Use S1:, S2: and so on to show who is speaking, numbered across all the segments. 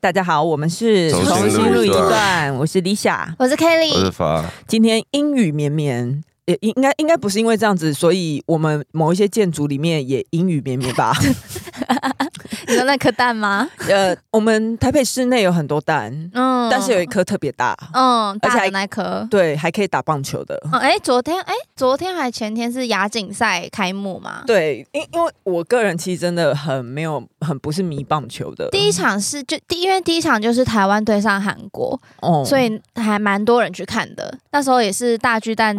S1: 大家好，我们是
S2: 重
S1: 重
S2: 新
S1: 新
S2: 录
S1: 录
S2: 一
S1: 一
S2: 段
S1: 段，我是 Lisa，
S3: 我是
S2: 我是
S3: Kelly，
S2: 发，
S1: 今天阴雨绵绵。也应应该应该不是因为这样子，所以我们某一些建筑里面也阴雨绵绵 吧。
S3: 你说那颗 蛋吗？
S1: 呃，我们台北市内有很多蛋，
S3: 嗯
S1: 但是有一颗特别大，
S3: 嗯
S1: 而且
S3: 大
S1: 还
S3: 的那颗。
S1: 对，还可以打棒球的。
S3: 嗯，哎、昨天哎、昨天还前天是亚锦赛开幕嘛？
S1: 对，因因为我个人其实真的很没有很不是迷棒球的，
S3: 第一场是就第因为第一场就是台湾对上韩国，
S1: 哦
S3: 所以还蛮多人去看的。那时候也是大 巨蛋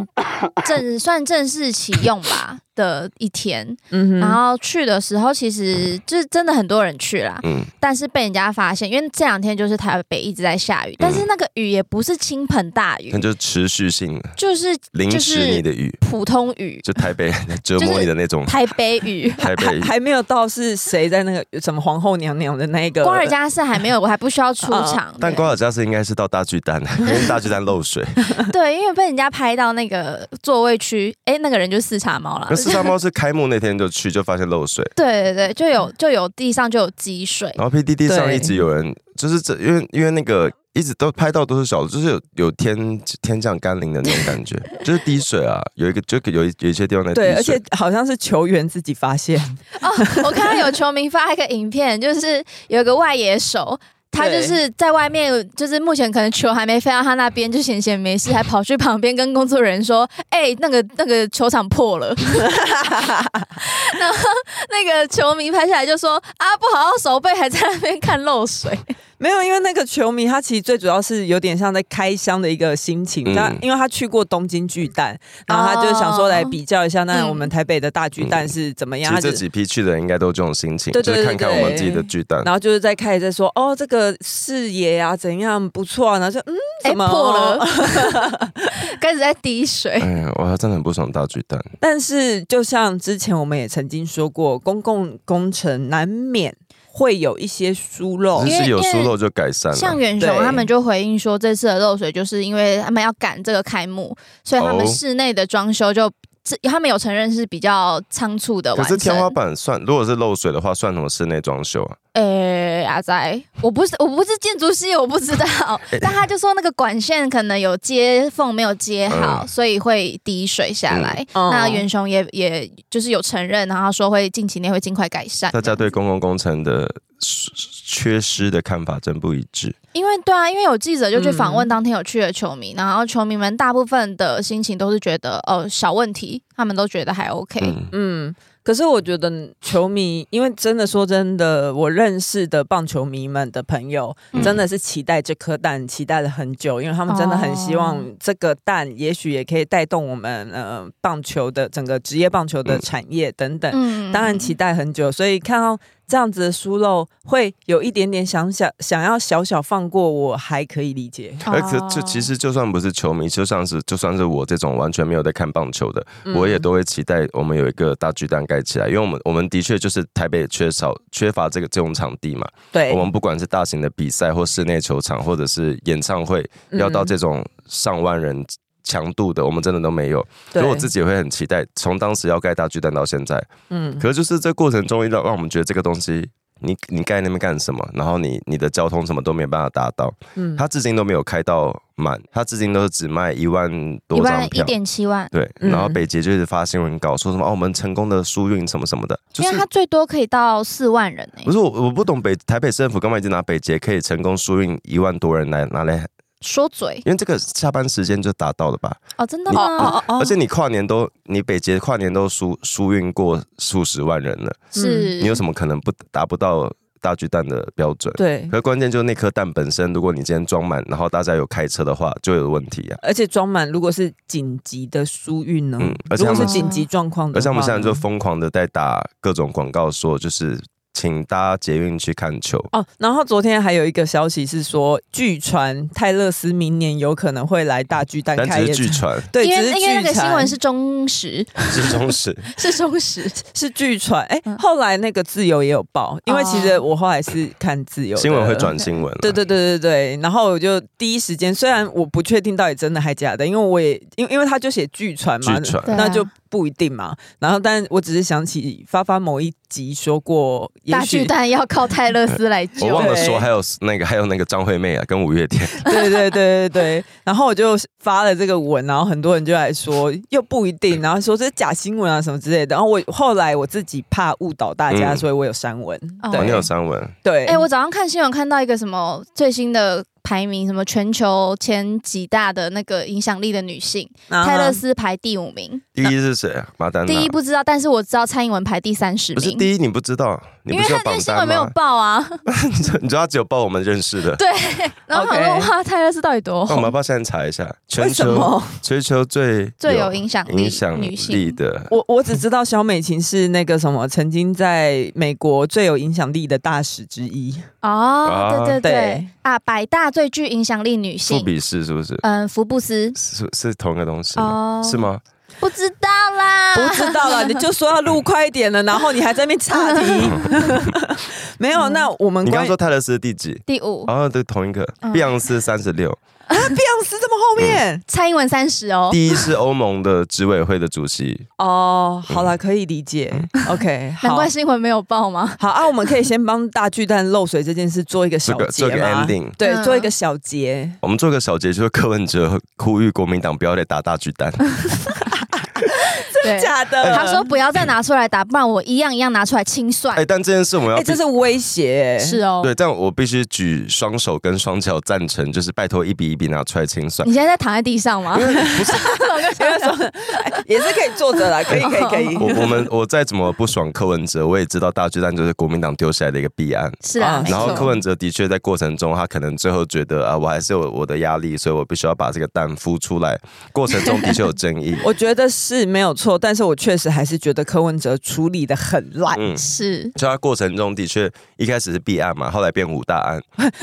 S3: 正算正式启用吧的一天，
S1: 嗯哼
S3: 然后去的时候其实就是真的很多人去啦，
S2: 嗯，
S3: 但是被人家发现，因为这两天就是台北一直在下雨，
S1: 嗯
S3: 但是那个雨也不是倾盆大雨
S2: 那，就持续性
S3: 就是
S2: 淋湿你的雨，
S3: 普通 雨，
S2: 就台北折磨你的那种
S3: 台北 雨。
S2: 台北
S1: 还
S2: 雨，
S1: 还没有到是谁在那个什么皇后娘娘的那个
S3: 瓜尔佳是还没有，我还不需 要出场。
S2: 嗯但瓜尔佳是应该是到大巨 蛋，因为大巨蛋漏水。
S3: 对，因为被人家拍到那个座位区，哎，那个人就是四叉猫了
S2: 那。四大猫是开幕那天就去，就发现漏水。
S3: 对对对，就有就有地上就有积水。
S2: 然后 PDD
S1: 对
S2: 上一集有人就是这，因为因为那个一直都拍到都是小，就是有有天天降甘霖的那种 感觉，就是滴水啊，有一个就有一有一些地方在
S1: 对，而
S2: 滴
S1: 且
S2: 水，
S1: 好像是球员自己发现，
S3: 哦，我看到有球迷发一个影片，就是有一个外野手。他
S1: 对
S3: 就是在外面，就是目前可能球还没飞到他那边，就闲闲没事，还跑去旁边跟工作人员说：“哎、那个那个球场 破了。” 然后那个球迷拍下来就说：“啊，不好好守备，还在那边看漏水。
S1: 没有，因为那个球迷他其实最主要是有点像在开箱的一个心情，
S2: 嗯
S1: 他、因为他去过东京巨蛋，然后他就想说来比较一下，那
S3: 嗯
S1: 我们台北的大巨蛋是怎么
S2: 嗯其
S1: 样，
S2: 实
S1: 他
S2: 这
S1: 就
S2: 几批去的人应该都有这种心情，
S1: 对
S2: 就
S1: 对
S2: 是看看我们自己的巨蛋。
S1: 然后就是在开始在说哦这个视野啊怎样不错啊，然后就嗯”
S3: 哎、
S1: 怎么、
S3: 破了， 开始在滴水。
S2: 哎呀，我真的很不爽大巨蛋。
S1: 但是，就像之前我们也曾经说过，公共工程难免会有一些疏漏
S2: 只
S3: 因。为
S2: 是有疏漏就改善
S3: 像
S2: 了。
S3: 远雄
S1: 对
S3: 他们就回应说，这次的漏水就是因为他们要赶这个开幕，所以他们
S2: 哦
S3: 室内的装修就。这他们有承认是比较仓促的
S2: 可
S3: 呃完
S2: 是
S3: 成。
S2: 天花板算，如果是漏水的话，算什么室内装修啊？
S3: 诶、阿仔，我不是我不是建筑系，我不知 道。但他就说那个管线可能有接缝没有接好，
S2: 嗯
S3: 所以会滴水下来。
S1: 嗯
S3: 那远雄也也就是有承认，然后他说会近期内会尽快改善。
S2: 大家对公共工程的缺失的看法真不一致。
S3: 因为对啊，因为有记者就去访问
S1: 嗯
S3: 当天有去的球迷，然后球迷们大部分的心情都是觉得哦小问题，他们都觉得还 OK。
S2: 嗯，
S1: 嗯，可是我觉得球迷，因为真的说真的，我认识的棒球迷们的朋友，
S3: 嗯
S1: 真的是期待这颗蛋，期待了很久，因为他们真的很希望
S3: 哦
S1: 这个蛋，也许也可以带动我们呃棒球的整个职业棒球的
S2: 嗯
S1: 产业等等。
S3: 嗯
S1: 当然期待很久，所以看到这样子的疏漏，会有一点点想想想要小小放过，我还可以理解。
S2: 而且
S1: 哦
S2: 就其实就算不是球迷，就算是就算是我这种完全没有在看棒球的，
S1: 嗯
S2: 我也都会期待我们有一个大巨蛋盖起来，因为我们我们的确就是台北缺少缺乏这个这种场地嘛。
S1: 对，
S2: 我们不管是大型的比赛或室内球场，或者是演唱会，
S1: 嗯
S2: 要到这种上万人强度的，我们真的都没有。
S1: 对，
S2: 所以我自己也会很期待，从当时要盖大巨蛋到现在，
S1: 嗯
S2: 可是就是这过程中让让我们觉得这个东西，你你盖那边干什么？然后你你的交通什么都没办法达到，
S1: 嗯，
S2: 它至今都没有开到满，它至今都是只卖一万
S3: 一
S2: 多
S3: 般
S2: 张
S3: 一
S2: 票。
S3: 点七万，
S2: 对，
S1: 嗯
S2: 然后北捷就是发新闻稿说什么哦，我们成功的疏运什么什么的，就
S3: 因
S2: 是
S3: 为他最多可以到四万人欸诶、
S2: 不是我我不懂北台北市政府干嘛一直拿北捷可以成功疏运一万多人来拿来，
S3: 说嘴
S2: 因为这个下班时间就达到了吧？
S3: 哦，真的
S2: 你
S3: 吗？
S1: 哦
S2: 而且你跨年都你北捷跨年都疏疏运过数十万人了，
S1: 嗯
S3: 是
S2: 你有什么可能不达不到大巨蛋的标准？
S1: 对，
S2: 可关键就是那颗蛋本身，如果你今天装满，然后大家有开车的话，就有问题啊。
S1: 而且装满如果是紧急的疏运呢
S2: 嗯，而且
S1: 如果
S2: 他
S1: 是
S2: 们
S1: 紧急状况的话
S2: 而
S1: 呢，
S2: 且我们现在就疯狂的在打各种广告，说就是请搭捷运去看球。
S1: 哦，然后昨天还有一个消息是说，据传泰勒斯明年有可能会来大巨蛋
S2: 但
S1: 开
S2: 只
S1: 演
S2: 是
S1: 唱，
S2: 据传，
S1: 对，
S3: 因
S1: 只
S3: 为
S1: 是
S3: 因为那个
S1: 据传
S3: 新闻是忠实，
S2: 是 忠实。
S3: 是忠实，
S1: 是据传，哎、
S3: 嗯哦
S1: 后来那个自由也有报，因为其实我后来是看自由的
S2: 新闻会转新闻，啊
S1: 对对对对对，然后我就第一时间，虽然我不确定到底真的还假的，因为我也因为因为他就写据传嘛，
S2: 据传
S3: 对啊
S1: 那就不一定嘛。然后，但我只是想起发发某一集说过，也
S3: 大巨
S1: 许
S3: 蛋要靠泰勒斯来救
S2: 我。忘了
S1: 对
S2: 说，还有那个还有那个张惠妹啊，跟五月天，
S1: 对对对对对。然后我就发了这个文，然后很多人就来说又不一定，然后说这是假新闻啊什么之类的。然后我后来我自己怕误导大家，
S2: 嗯
S1: 所以我有删文。
S2: 哦，
S3: 哦
S1: 对
S2: 你有三文，
S1: 对，
S3: 哎、我早上看新闻看到一个什么最新的排名，什么全球前几大的那个影响力的女性，
S2: 啊
S1: 然后
S3: 泰勒斯排第五名，
S2: 第一是谁啊？马丹娜。
S3: 第一不知道，但是我知道蔡英文排第三十
S2: 不是
S3: 名，
S2: 第一，你不知道，你
S3: 因
S2: 不
S3: 为
S2: 是有
S3: 他这
S2: 榜
S3: 个新
S2: 单
S3: 闻没有
S2: 吗？
S3: 报啊。
S2: 你知道他只有报我们认识的。
S3: 对，然后我想说
S1: OK
S3: 哇，泰勒斯到底多
S2: 那我们要
S3: 红？
S2: 不要现在查一下全
S1: 为什
S2: 球
S1: 么？
S2: 全球最
S3: 最有影响力
S2: 影响
S3: 女
S2: 力
S3: 性
S2: 的？
S1: 我我只知道小美琴是那个什么，曾经在美国最有影响力的大使之一。
S3: 哦，
S2: 啊
S3: 对对对
S1: 对
S3: 啊，百大最具影响力女
S2: 富
S3: 性，
S2: 比士是不
S1: 呃
S2: 是？
S3: 嗯，福布斯
S2: 是是同一个东西吗？
S3: 哦，
S2: 是？吗？
S3: 不知道啦，
S1: 不知道了，你就说要录快一点了，然后你还在那边岔题。 没有，那我们
S2: 你
S1: 关
S2: 刚刚
S1: 于
S2: 说泰勒斯第几？
S3: 第五，
S2: 哦，对，同一个。
S3: 嗯
S2: 碧昂斯三十六，
S1: 哦碧昂斯这么后
S2: 嗯
S1: 面
S3: 蔡英文三十哦，
S2: 第一是欧盟的执委会的主席。
S1: 哦，好了，可以理解。OK，
S3: 难
S1: 好。
S3: 怪新闻没有报吗？
S1: 好啊，我们可以先帮大巨蛋漏水这件事做一个小
S2: 这个
S1: 结
S2: 这个
S1: 吗？
S2: ending
S1: 对，
S3: 嗯
S1: 做一个小结。
S2: 我们做个小结，就是柯文哲呼吁国民党不要再打大巨 蛋。
S3: 对，
S1: 假的，
S3: 他说不要再拿出来打，不然我一样一样拿出来清算
S2: 哎，。但这件事我们要
S1: 哎，这是威胁。
S3: 是哦，
S2: 对，但我必须举双手跟双脚赞成，就是拜托一笔一笔拿出来清算
S3: 你。现在在躺在地上吗？
S1: 因
S2: 啊
S1: 为说，哎也是可以坐着啦，可以，可以，可以。
S2: 我我们我再怎么不爽柯文哲，我也知道大巨蛋就是国民党丢下来的一个弊案。
S3: 是啊
S1: 啊，，
S3: 没
S2: 然后
S3: 错
S2: 柯文哲的确在过程中，他可能最后觉得啊，我还是有我的压力，所以我必须要把这个蛋孵出来。过程中的确有争 议
S1: 我觉得是没有错，但是我确实还是觉得柯文哲处理的很烂。
S2: 嗯，
S3: 是
S2: 就他过程中的确一开始是弊案嘛，后来变五大案，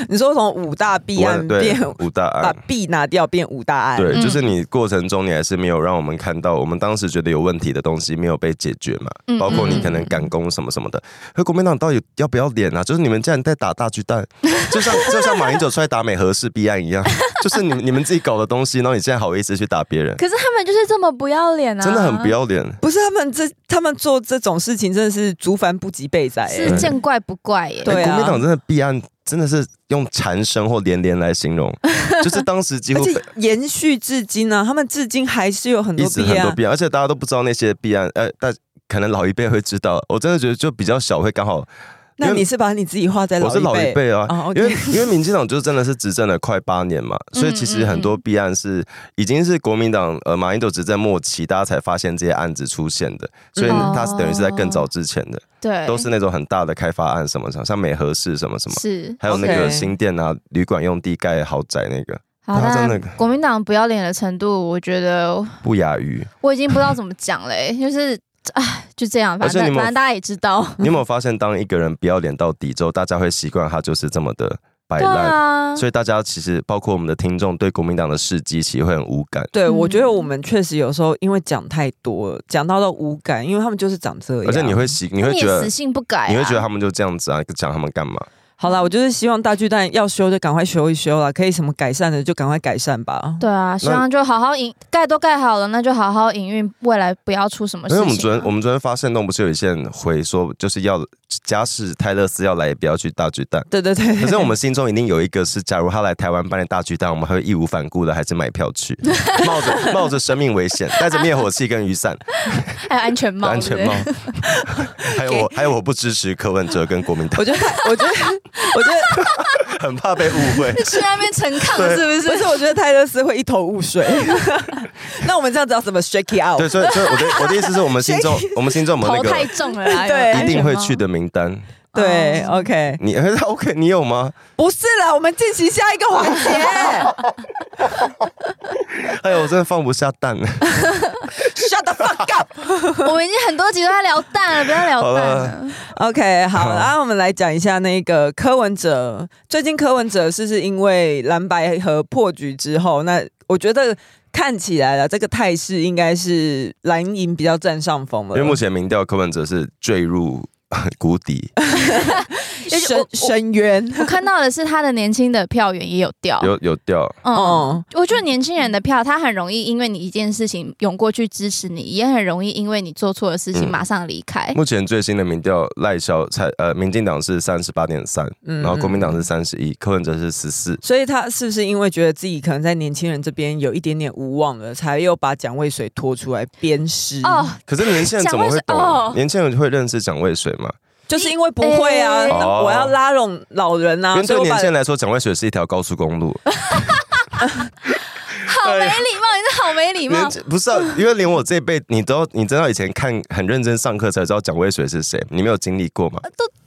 S1: 你说从五大弊案
S2: 我对
S1: 变
S2: 五大
S1: 把
S2: 案。
S1: 弊拿掉变五大案，
S2: 对，
S3: 嗯
S2: 就是你过程中你还是没有让我们看到我们当时觉得有问题的东西没有被解决嘛，
S3: 嗯
S2: 包括你可能
S3: 嗯
S2: 赶工什么什么的。和国民党到底要不要脸啊？就是你们竟然在打大巨蛋，就像就像马英九出来打美和氏弊案一样，就是你们你们自己搞的东西，然后你现在好意思去打别人，
S3: 可是他们就是这么不要脸啊，
S2: 真的很不，要脸。
S1: 不是他们这他们做这种事情真的是族繁不及备载、
S3: 是
S1: 欸。
S3: 见怪不怪耶。
S1: 对
S2: 哎
S1: 啊
S2: 国民党真的弊案真的是用缠身或连连来 形容，就是当时几
S1: 而
S2: 乎
S1: 且延续至今呢、啊，他们至今还是有很
S2: 一
S1: 多
S2: 直
S1: 弊
S2: 很多
S1: 案。
S2: 弊案，而且大家都不知道那些弊案，呃，但可能老一辈会知道。我真的觉得就比较小，会刚好
S1: 那你是把你自己画哎在老
S2: 我是老一辈啊，
S1: 哦
S2: 因为
S1: ，OK，嗯
S2: 因为民进党就真的是执政了快八年嘛，所以其实很多弊案是已经是国民党呃马英九执政末期，大家才发现这些案子出现的，所以
S1: 嗯哦
S2: 它是等于是在更早之前的，
S3: 对，
S2: 都是那种很大的开发案什么什么，像美和市什么什么，
S3: 是
S2: 还有那个
S1: OK
S2: 新店啊旅馆用地盖豪宅那个，
S3: 好，
S2: 他真
S3: 但
S2: 的
S3: 国民党不要脸的程度，我觉得
S2: 不亚于。
S3: 我已经不知道怎么讲了耶，就是唉，就这样，反
S2: 而且
S3: 正
S2: 你们
S3: 反正大家也知道，
S2: 你有没有发现，当一个人不要脸到底之后，大家会习惯他就是这么的摆
S3: 对
S2: 烂，
S3: 啊，
S2: 所以大家其实包括我们的听众对国民党的事迹其实会很无感。
S1: 对，我
S3: 嗯
S1: 觉得我们确实有时候因为讲太多了，讲到了无感，因为他们就是长这样。
S2: 而且你会习，你会
S3: 你
S2: 觉
S3: 啊也
S2: 得
S3: 死，性不改啊，
S2: 你会觉得他们就这样子啊，讲他们干嘛？
S1: 好啦，我就是希望大巨蛋要修就赶快修一修啦，可以什么改善的就赶快改善吧。
S3: 对啊，希望就好好营盖都盖好了，那就好好营运，未来不要出什么事
S2: 因为
S3: 情啊。
S2: 我们昨天，我们昨天发现动不是有一些人回说，就是要家是泰勒斯要来，也不要去大巨蛋。
S1: 对对对，
S2: 可是我们心中一定有一个是，假如他来台湾办的大巨蛋，我们还会义无反顾的还是买票去，冒着冒着生命危险，带着灭火器跟雨伞、
S3: 还有哎安全帽，
S2: 安
S3: 对
S2: 全
S3: 不
S2: 帽
S3: 对，
S2: 还有我还有我不支持柯文哲跟国民 党，
S1: 我觉得太，我觉得，我觉得
S2: 很怕被误会。
S3: 去那边陈抗是不
S1: 不
S3: 是？
S1: 是，我觉得泰勒斯会一头雾水。 哦那我们这样子要怎么 shake it out？
S2: 对，所以所以我的我的意思是我们心中我们心中有没有
S3: 头
S2: 那个
S3: 太重了啦，
S1: 对
S2: 一定会去的名单？
S1: 对
S3: 哦
S1: ，OK，
S2: 你 OK？你有吗？
S1: 不是啦，我们进行下一个环 节。
S2: 哎呦，我真的放不下蛋。
S1: Shut the fuck up。
S3: 有吗。我们已经很多集都在聊蛋了，不要聊蛋了。
S1: OK，好，
S2: 好
S1: 然后我们来讲一下那个柯文哲。最近柯文哲是不是因为蓝白和破局之后，那我觉得看起来了，这个态势应该是蓝营比较占上风了。
S2: 因为目前民调柯文哲是坠入 谷底，
S3: 就是
S1: 深
S3: 我我
S1: 深渊。
S3: 我看到的是他的年轻的票源也有掉，
S2: 有有掉，
S3: 嗯。
S1: 哦，
S3: 我觉得年轻人的票，他很容易因为你一件事情涌过去支持你，也很容易因为你做错的事情
S2: 嗯
S3: 马上离开。
S2: 目前最新的民调，赖萧才呃，民进党是三十八点三，
S1: 嗯
S2: 然后国民党是三十一，柯文哲是十四。
S1: 所以他是不是因为觉得自己可能在年轻人这边有一点点无望了，才又把蒋渭水拖出来鞭尸？
S3: 哦，
S2: 可是年轻人怎么会懂
S3: 蒋渭
S2: 啊？
S3: 水哦
S2: 年轻人会认识蒋渭水吗？
S1: 就是因为不会啊，
S3: 哎
S1: 那我要拉拢老人
S2: 哦因
S1: 啊，
S2: 为
S1: 所
S2: 对
S1: 以我
S2: 年
S1: 把
S2: 轻人来说，蒋渭水是一条高速公路。
S3: 好没礼貌，你是好没礼貌
S2: 年。轻不是啊，因为连我这一辈，你都你知道以前看很认真上课才知道蒋渭水是谁，你没有经历过吗？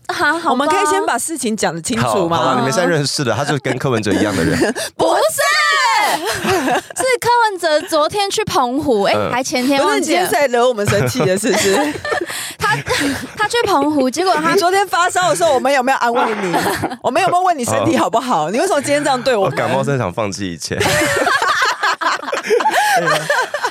S3: 啊好，好吧
S1: 我们可以先把事情讲得清楚
S2: 好了，
S1: 吗
S2: 你？们现在认识了，他就跟柯文哲一样的人。
S3: 不是，是柯文哲昨天去澎湖，哎、
S2: 嗯
S3: 还前天
S1: 不是
S3: 忘
S1: 你
S3: 记
S1: 今天
S3: 了
S1: 是，在惹我们生气的，是不是？
S3: 他他 去澎湖，结果 他
S1: 你昨天发烧的时候，我们有没有安慰 你？我们有没有问你身体好不好？你为什么今天这样对我
S2: 我
S1: 们？
S2: 感冒真的想放弃一切。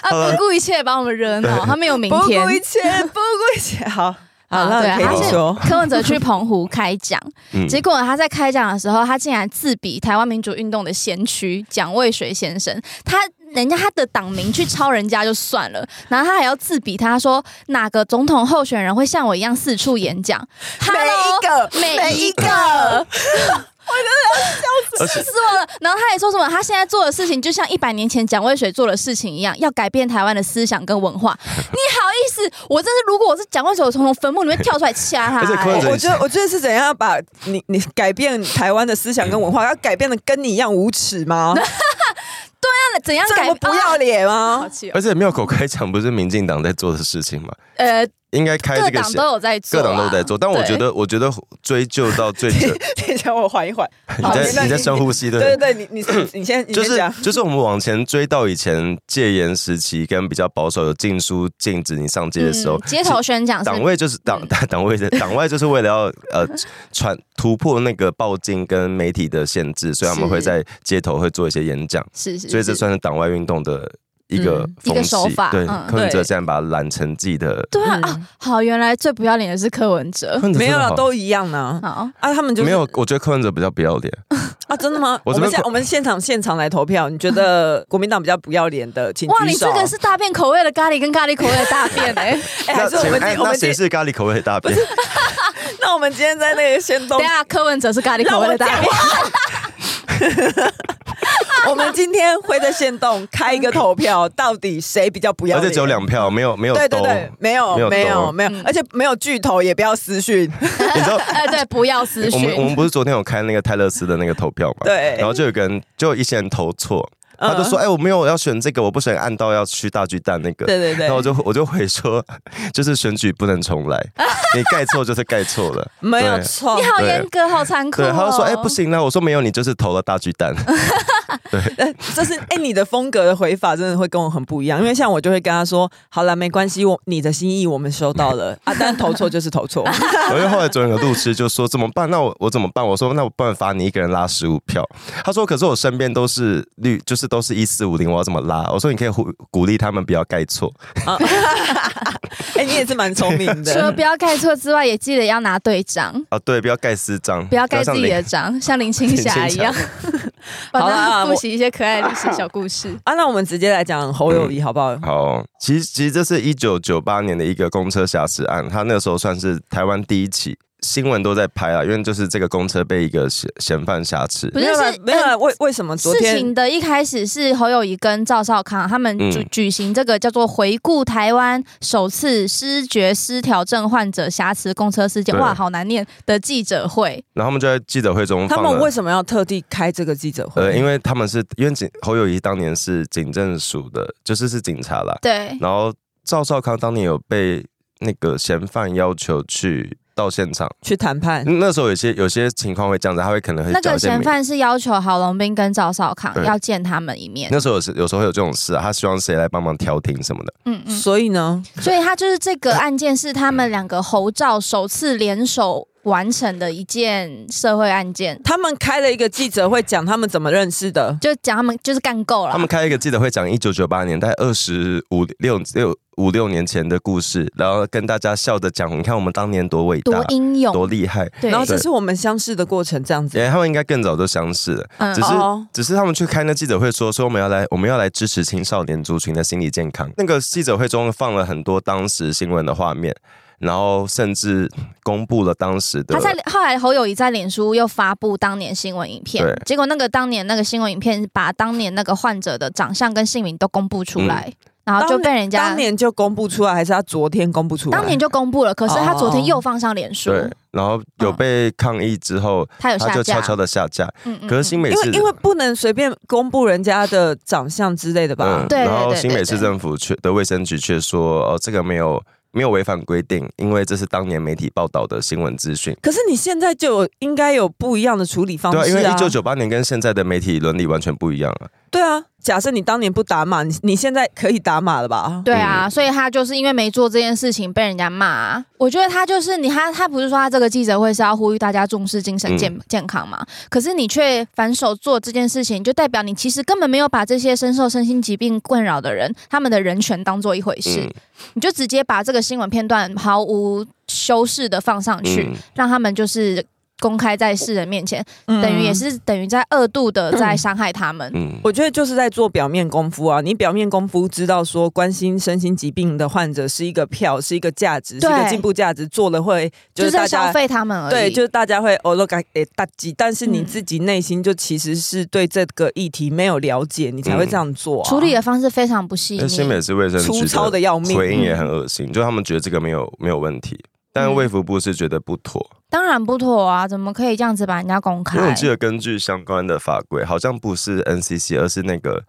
S3: 他不顾一切把我们惹恼，他没有明
S1: 不
S3: 天
S1: 顾。一切，不顾一切。好，好，
S3: 啊对
S1: 那
S3: 啊
S1: 你可
S2: 他
S1: 以
S2: 是
S1: 说。
S3: 柯文哲去澎湖开讲，
S2: 嗯
S3: 结果他在开讲的时候，他竟然自比台湾民主运动的先驱蒋渭水先生，他人家他的党名去抄人家就算了，然后他还要自比他说哪个总统候选人会像我一样四处演讲，
S1: 每一个
S3: Hello，每
S1: 每
S3: 一
S1: 一
S3: 个，
S1: 个
S3: 我
S2: 而
S3: 真的要笑死，死我了。然后他也说什么，他现在做的事情就像一百年前蒋渭水做的事情一样，要改变台湾的思想跟文化。你好意思？我真是，如果我是蒋渭水，我从从坟墓里面跳出来掐他、
S2: 而且柯文
S3: 欸
S2: 哲
S1: 我觉得，我觉得是怎样把你你改变台湾的思想跟文化，要改变的跟你一样无耻 吗？
S3: 那怎样
S1: 这
S3: 改
S1: 么不要
S3: 啊
S1: 脸
S3: 好
S1: 吗？
S3: 气哦
S2: 而且庙口开讲不是民进党在做的事情吗？
S3: 呃，
S2: 应该开
S3: 各
S2: 这个
S3: 党
S2: 先
S3: 都有在做、
S2: 各
S3: 啊，
S2: 党都在做，但我觉得，我觉得追究到 最久，
S1: 等一下，我缓一缓。
S2: 你
S1: 好
S2: 在
S1: 那
S2: 你在深呼吸，对不
S1: 对
S2: 对？
S1: 对对，你你你先你
S2: 就
S1: 先
S2: 是
S1: 讲。
S2: 就是我们往前追到以前戒严时期跟比较保守有禁书禁止你上街的时候
S3: 嗯、，街头宣讲是
S2: 党卫就是党
S1: 嗯
S2: 党党卫的党外就是为了要呃传突破那个报禁跟媒体的限制，所以他们
S3: 是
S2: 会在街头会做一些演讲，
S3: 是是，
S2: 所以这
S3: 是
S2: 算是党外运动的一个
S1: 嗯
S3: 一个
S2: 风气
S3: 手法。
S2: 对，
S3: 嗯
S2: 柯文哲
S1: 对
S2: 竟然把它染成自己的，
S3: 对啊
S1: 嗯
S3: 啊，好，原来最不要脸的是柯文哲。
S2: 柯文哲
S1: 没有
S2: 真的
S1: 了，
S2: 好
S1: 都一样呢。
S3: 好，
S1: 啊，他们就是
S2: 没有，我觉得柯文哲比较不要脸。
S1: 啊，真的吗？我
S2: 我这
S1: 们
S2: 边
S1: 现我们现场现场来投票，你觉 得国民党比较不要脸的，请
S3: 哇，
S1: 举
S3: 你
S1: 手。
S3: 这个是大便口味的咖喱跟咖喱口味的大 便哎、
S1: 哎，
S2: 那
S1: 还是我
S2: 请
S1: 们
S2: 哎
S1: 今我
S2: 那
S1: 们今
S2: 谁是咖喱口味的大便？
S1: 那我们今天在那个先动
S3: 等一下柯文哲是咖喱口味的大便，
S1: 我们今天会在线动开一个投票，到底谁比较不要
S2: 而
S1: 脸？
S2: 且只有两票，没有没有
S1: 对对
S2: 兜
S1: 对，没有
S2: 没有嗯
S1: 没
S2: 兜
S1: 有没有，而且没有剧透，也不要私讯。
S2: 你知道
S3: 哎、对，不要私
S2: 我
S3: 讯
S2: 们我。们不是昨天有开那个泰勒斯的那个投票嘛？
S1: 对
S2: 然后就有个人就有一些人投错，
S3: 嗯
S2: 他
S1: 嗯
S2: 就说：“哎，我没有要选这个，我不想按到要去大巨蛋那个。”
S1: 对对对
S2: 然后我就我就回说， 就是选举不能重 来，你盖错就是盖错了，
S1: 没有
S2: 对
S1: 错
S3: 你。好严格，好残酷、哦。
S2: 对，他就说：“哎，不行啦！”我说：“没有，你就是投了大巨 蛋。
S1: 呃这是哎，你的风格的回法真的会跟我很不一样，因为像我就会跟他说，好了，没关系，我你的心意我们收到了啊，但投错就是投 错。”
S2: 因为后来昨天有路痴就说：“怎么办？那我我怎么办？”我说：“那我不能罚你一个人拉十五票。”他说：“可是我身边都是绿，就是都是一四五零，我要怎么拉？”我说：“你可以鼓鼓励他们不要盖错。”
S1: 啊，哎，你也是蛮聪明
S3: 除了
S1: 的。
S3: 不要盖错之外，也记得要拿对章，
S2: 啊，对，不要盖私章，
S3: 不要盖自
S2: 像
S3: 己
S2: 林
S3: 的章，像 林青霞一样。
S1: 好
S3: 好
S1: 啦啊
S3: 了，
S1: 我
S3: 复习一些可爱的历史小故事。
S1: 啊，那我们直接来讲侯友
S2: 嗯
S1: 谊好不好？
S2: 好，其实其实这是一九九八年的一个公车挟持案，他那个时候算是台湾第一起新闻都在拍啊，因为就是这个公车被一个嫌嫌犯挟持
S3: 不，是
S1: 没有啦
S3: 是呃嗯
S1: 没有啦，为为什么昨
S3: 事
S1: 天
S3: 情的一开始是侯友谊跟赵少康他们举、
S2: 嗯
S3: 举行这个叫做“回顾台湾首次失觉失调症患者瑕疵公车事件”，
S2: 对
S3: 哇，好难念的记者会。
S2: 然后他们就在记者会中
S1: 他
S2: 放
S1: 们为
S2: 了。
S1: 什么要特地开这个记者会？
S2: 呃，因为他们是因为警侯友谊当年是警政署的，就是是警察啦。
S3: 对，
S2: 然后赵少康当年有被那个嫌犯要求去到现场，
S1: 去谈判。
S2: 那时候有些有些情况会这样子，他会可能会
S3: 嗯那
S2: 叫
S3: 个
S2: 一些
S3: 嫌
S2: 名
S3: 犯是要求郝龙斌跟赵少康
S2: 对
S3: 要见他们一面。
S2: 那时候有时有时候会有这种事啊，他希望谁来帮忙调停什么的。
S3: 嗯嗯，
S1: 所以呢，
S3: 所以他就是这个案件是他们两个侯赵首次联手完成的一件社会案件，
S1: 他们开了一个记者会，讲他们怎么认识的。
S3: 就讲他们就是干够了
S2: 他。们开一个记者会，讲一九九八年，大概二十五六六五六年前的故事，然后跟大家笑着讲，你看我们当年多伟
S3: 多
S2: 大，
S3: 英勇，
S2: 多厉害。
S3: 对，
S1: 然后
S2: 就
S1: 这是我们相识的过程，这样子。
S2: 哎、他们应该更早就相识了，
S3: 嗯
S2: 只是、
S1: 哦
S2: 只是他们去开那记者会说说我们要来我们要来支持青少年族群的心理健康。那个记者会中放了很多当时新闻的画面，然后甚至公布了当时的
S3: 他在后来侯友谊在脸书又发布当年新闻影片
S2: 对，
S3: 结果那个当年那个新闻影片把当年那个患者的长相跟姓名都公布出来，
S2: 嗯
S3: 然后就被人家
S1: 当年就公布出来，还是他昨天公布出来？
S3: 当年就公布了，可是他昨
S1: 哦
S3: 天又放上脸书，嗯
S2: 对，然后有被抗议之后，
S3: 他有
S2: 他
S3: 下
S2: 就悄
S3: 架，
S2: 悄的下架。
S3: 嗯嗯
S2: 可是新美
S1: 因
S2: 式
S1: 为因为不能随便公布人家的长相之类的吧？啊
S2: 嗯，
S3: 对
S2: 然后
S3: 对对
S2: 新北
S3: 对
S2: 市
S3: 对
S2: 政府却的卫生局却说，哦，这个没有没有违反规定，因为这是当年媒体报道的新闻资讯。
S1: 可是你现在就有应该有不一样的处理方式啊！
S2: 对、
S3: 哦
S2: 啊，因为一九九八年跟现在的媒体伦理完全不一样啊。
S1: 对啊，假设你当年不打码，你你现在可以打码了吧？
S3: 对啊，所以他就是因为没做这件事情被人家骂、啊。我觉得他就是你，他他不是说他这个记者会是要呼吁大家重视精神
S1: 嗯
S3: 健、健康嘛？可是你却反手做这件事情，就代表你其实根本没有把这些深受身心疾病困扰的人他们的人权当做一回事，
S2: 嗯
S3: 你就直接把这个新闻片段毫无修饰的放上去，
S2: 嗯，
S3: 让他们就是公开在世人面前，
S1: 嗯
S3: 等于也。是等于在恶度的在伤害他们。
S2: 嗯
S1: 我觉得就是在做表面功夫啊！你表面功夫知道说关心身心疾病的患者是一个票，是一个价值，是一个
S3: 对
S1: 进步价值，做了会就
S3: 就是是在
S1: 大
S3: 消
S1: 家
S3: 费他们而已，
S1: 对，就是大家会哦，look at it，大吉，但是你
S3: 嗯
S1: 自己内心就其实是对这个议题没有了解，你才
S2: 嗯
S1: 会这样做、啊
S3: 处理的方式非常不细
S2: 那
S3: 腻。
S2: 新北市卫生
S1: 粗
S2: 局
S1: 糙的要命。
S2: 回应也
S3: 嗯
S2: 很恶心，就他们觉得这个没有没有问题，但
S3: 嗯
S2: 卫福部是觉得不妥，
S3: 当然不妥啊，怎么可以这样子把人家公开？
S2: 因为我记得根据相关的法规，好像不是 NCC，而是那个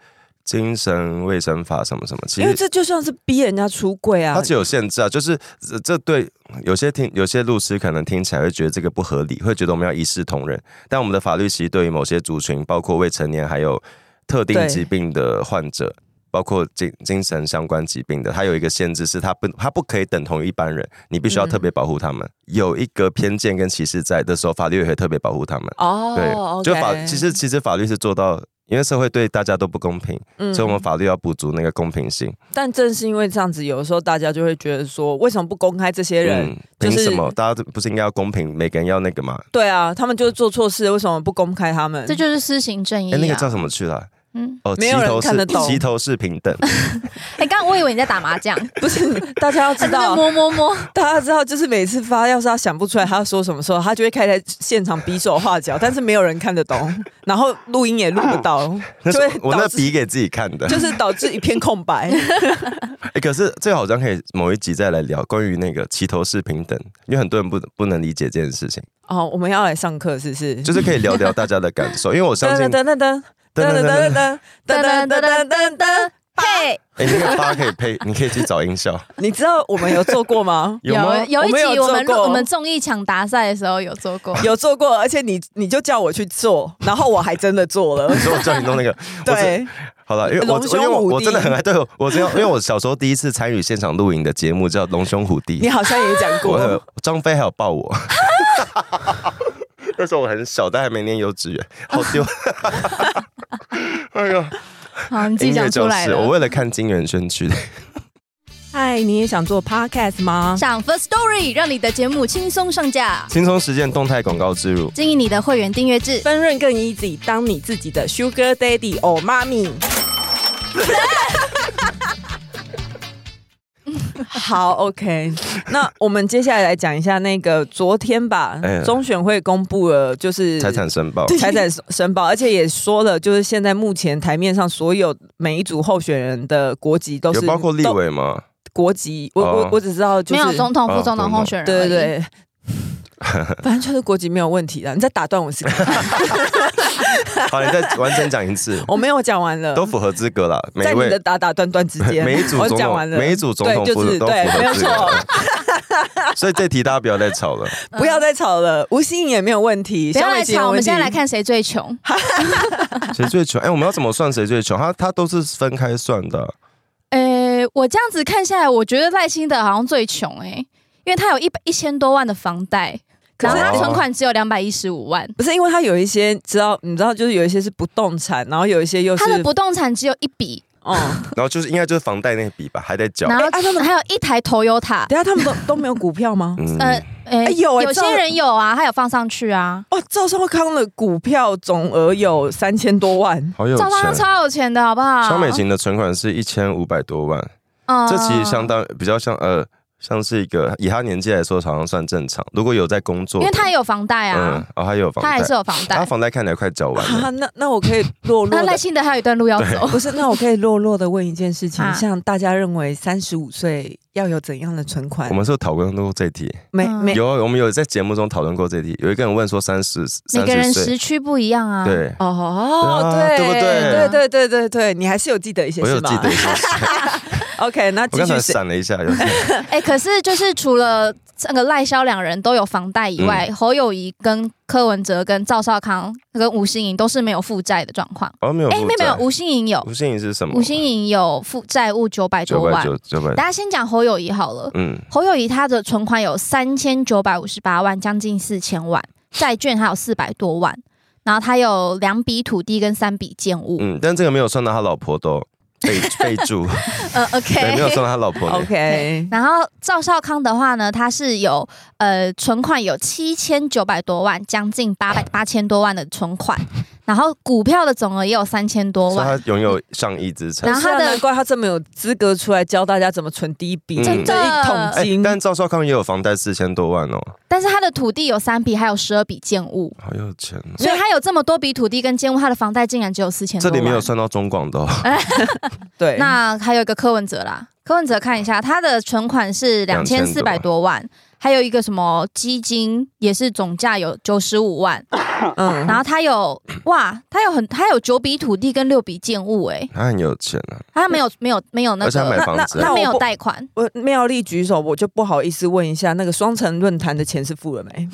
S2: 精神卫生法什么什么，其
S1: 因为
S2: 实
S1: 这就像是逼人家出柜啊
S2: 它！只有限制啊，就是这这对有些听有些律师可能听起来会觉得这个不合理，会觉得我们要一视同仁，但我们的法律其实对于某些族群，包括未成年还有特定
S1: 对
S2: 疾病的患者。包括精精神相关疾病的，它有一个限制，是它不它不可以等同于一般人，你必须要
S1: 嗯
S2: 特别保护他们。有一个偏见跟歧视在的时候，法律也会特别保护他们。对
S1: 哦，
S2: 就法
S1: OK
S2: 其实其实法律是做到，因为社会对大家都不公平，
S1: 嗯
S2: 所以我们法律要补足那个公平性。
S1: 但正是因为这样子，有的时候大家就会觉得说，为什么不公开这些人？
S2: 嗯，
S1: 就
S2: 凭
S1: 是
S2: 什么？大家不是应该要公平，每个人要那个吗？
S1: 对啊，他们就是做错事，为什么不公开他们？
S3: 这就是施行正义、
S2: 哎、
S3: 啊
S2: 那个叫什么去了？
S3: 嗯，
S2: 哦，
S1: 没有
S2: 齐头
S1: 人看
S2: 是
S1: 得懂
S2: 齐头是平 等。
S3: 哎、刚刚我以为你在打 麻将，
S1: 不是大家要知
S3: 真 的
S1: 道，
S3: 摸摸摸，
S1: 大家知道，就是每次发，要是他想不出来他要说什么时候，他就会开在现场比手画 脚，但是没有人看得懂，然后录音也录不到，
S2: 那
S1: 就是会
S2: 我我
S1: 导
S2: 那
S1: 致
S2: 比给自己看的。
S1: 就是导致一片空 白。
S2: 哎、可是这个好像可以某一集再来聊关于那个齐头是平等，因为很多人不不能理解这件事 情，
S1: 哦，我们要来上课是不是？
S2: 就是可以聊聊大家的感受，因为我相
S1: 噔
S2: 信
S1: 噔。噔噔噔 噔噔噔噔噔噔噔噔噔。
S3: 嘿，
S2: 哎、那个八可以配， 你可以去找音效，
S1: 你知道我们有做过吗？
S2: 有吗？
S3: 有一
S1: 我
S3: 集我
S1: 们有做
S3: 们
S1: 过
S3: 我们综艺抢答赛的时候有做 过，
S1: 有做过，而且你你就叫我去做，然后我还真的做了
S2: 你。说 我叫你弄那个，我只
S1: 对，
S2: 好了，因为我
S1: 龙
S2: 我
S1: 兄
S2: 因为我
S1: 虎
S2: 我真的
S1: 弟
S2: 很爱，对我我真的，因为我小时候第一次参与现场录影的节目叫《龙兄虎 弟
S1: 你》，好像也 讲
S2: 我很
S1: 过。
S2: 张飞还有抱我， 那时候我很小，但还没念幼稚 园，好丢。哎呀，
S3: 好，你自己
S2: 音乐
S3: 讲出
S2: 就
S3: 来
S2: 是我
S3: 了。
S2: 为了看金元轩去的，
S1: 嗨，你也想做 podcast 吗？
S3: 上 First Story 让你的节目轻松上架，
S2: 轻松实践动态广告植入。
S3: 经营你的会员订阅制。
S1: 分润更 easy，当你自己的 sugar daddy or mommy。好，OK，那我们接下来来讲一下那个昨天吧
S2: 哎，
S1: 中选会公布了就是
S2: 财产申报，
S1: 财产申报，而且也说了，就是现在目前台面上所有每一组候选人的国籍都是
S2: 有包括立
S1: 都
S2: 委吗？
S1: 国籍，我
S2: 哦
S1: 我我只知道就
S3: 没
S1: 是
S3: 有总统、
S2: 哦
S3: 副总
S2: 总
S3: 统
S2: 统
S3: 候选人，
S1: 对对， 对。反正就是国籍没有问题的，你再打断我是，，
S2: 好，你再完整讲一次
S1: 我没有讲完了，
S2: 都符合资格啦。每
S1: 在
S2: 一
S1: 你的
S2: 位
S1: 打打断断之间，
S2: 每一组
S1: 我
S2: 总
S1: 讲完
S2: 统，
S1: 了，
S2: 每一组总统
S1: 对
S2: 副
S1: 就是
S2: 总都符
S1: 对没
S2: 合
S1: 有
S2: 资格。 所以这题大家不要再吵了。
S1: 不要再吵 了，吴欣颖也没有问题，
S3: 不要
S1: 萧美
S3: 来
S1: 琴也
S3: 吵，我
S1: 没
S3: 们
S1: 问题
S3: 现在来，看谁最穷。
S2: 谁最穷？哎、我们要怎么算谁最穷？他他都是分开算的啊。
S3: 呃，我这样子欸看下来，我觉得赖清德好像最穷哎、因为他有一百一千多万的房贷，然后
S2: 可
S3: 他
S2: 是
S3: 存款只有两百一十五万，
S1: 不是因为他有一些知道，你知道，就是有一些是不动产，然后有一些又是
S3: 他的不动产只有一笔，
S1: 嗯，
S2: 然后就是应该就是房贷那笔吧，还在缴。
S3: 然后
S1: 哎啊他们
S3: 还有一台 Toyota，
S1: 等一下他们都都没有股票吗？
S2: 嗯，
S3: 呃，哎
S1: 嗯哎有哎
S3: 有
S1: 照
S3: 些人有啊，他有放上去啊，
S1: 哦，赵少康的股票总额有三千多 万，
S2: 好有
S3: 赵
S2: 钱。
S3: 尚超有钱的好不好？
S2: 肖美琴的存款是一千五百多万，
S3: 嗯，
S2: 这其实相当比较像呃，像是一个以她年纪来说，好像算正常。如果有在工作，
S3: 因为他也有房贷
S2: 嗯
S3: 啊，，
S2: 哦，她也有房
S3: 他
S2: 贷
S3: 还是，有房贷
S2: 她。房贷看起来快缴完
S1: 啊
S2: 了。、
S1: 那那我可以弱弱
S3: 那赖
S1: 的。
S3: 幸德还有一段路要走，
S1: 不是，那我可以弱弱的问一件事情，
S3: 啊
S1: 像大家认为三十五岁要有怎样的存款
S2: 我？们是有讨论过这一题，
S1: 没
S3: 嗯
S1: 没
S2: 有啊我们有在节目中讨论过这一题。有一个人问说三十
S3: 每
S2: 三
S3: 个人
S2: 十岁，
S3: 时区不一样啊。，
S2: 对，
S1: 哦，
S2: 对
S1: 对
S2: 啊对不
S1: 对
S2: 对
S1: 对对对对，你还是有记得一些
S2: 我有
S1: 是
S2: 记
S1: 吧
S2: 得一下，
S1: ？OK，那
S2: 我
S1: 继
S2: 刚才
S1: 续
S2: 闪了一下，有点
S3: 哎，可是就是除了那个赖萧两人都有房贷以
S2: 嗯
S3: 外，侯友谊跟柯文哲跟赵少康跟吴欣颖都是没有负债的状况。
S2: 哦，没有负
S3: 哎，
S2: 债，
S3: 没有没有，吴欣颖有，
S2: 吴欣颖是什么？
S3: 吴欣颖有负债务九百多
S2: 九百
S3: 万。
S2: 九九百，
S3: 大家先讲侯友谊好了。
S2: 嗯，
S3: 侯友谊他的存款有三千九百五十八万，将近四千万，债券还有四百多万，然后他有两笔土地跟三笔建物。
S2: 嗯，但这个没有算到他老婆的哦 备备注，
S3: 呃
S2: 嗯 对，没有算到
S3: ，OK。
S2: 他老婆的。
S1: OK，
S3: 然后赵少康的话呢，他是有呃存款有七千九百多万，将近八百八千多万的存款，然后股票的总额也有三千多
S2: 所以
S3: 万。
S2: 他拥有上亿资产
S3: 然。后他
S1: 是啊
S3: 的
S1: 难怪他这么有资格出来教大家怎么存第一笔，
S2: 嗯
S1: 这一
S2: 真的
S1: 桶
S2: 哎、
S1: 金。
S2: 但赵少康也有房贷四千多万哦，
S3: 但是他的土地有三笔，还有十二笔建物，
S2: 好有钱哦。
S3: 所以他有这么多笔土地跟建物，他的房贷竟然只有四千
S2: 这
S3: 多万。
S2: 里没有算到中广的、哦，
S1: 对，
S3: 那还有一个柯文哲啦，柯文哲看一下，他的存款是两千四百
S2: 2400
S3: 多万，还有一个什么基金也是总价有九十五万，
S1: 嗯
S3: 然后他有哇，他有很他有九笔土地跟六笔建物、欸，
S2: 他很有钱啊。
S3: 他 没有没有没有那
S2: 而且他
S3: 个，
S2: 买
S1: 那
S2: 房子，
S1: 那
S3: 他没有
S1: 我不
S3: 贷款，
S1: 我妙丽举手，我就不好意思问一下，那个双城论坛的钱是付了没？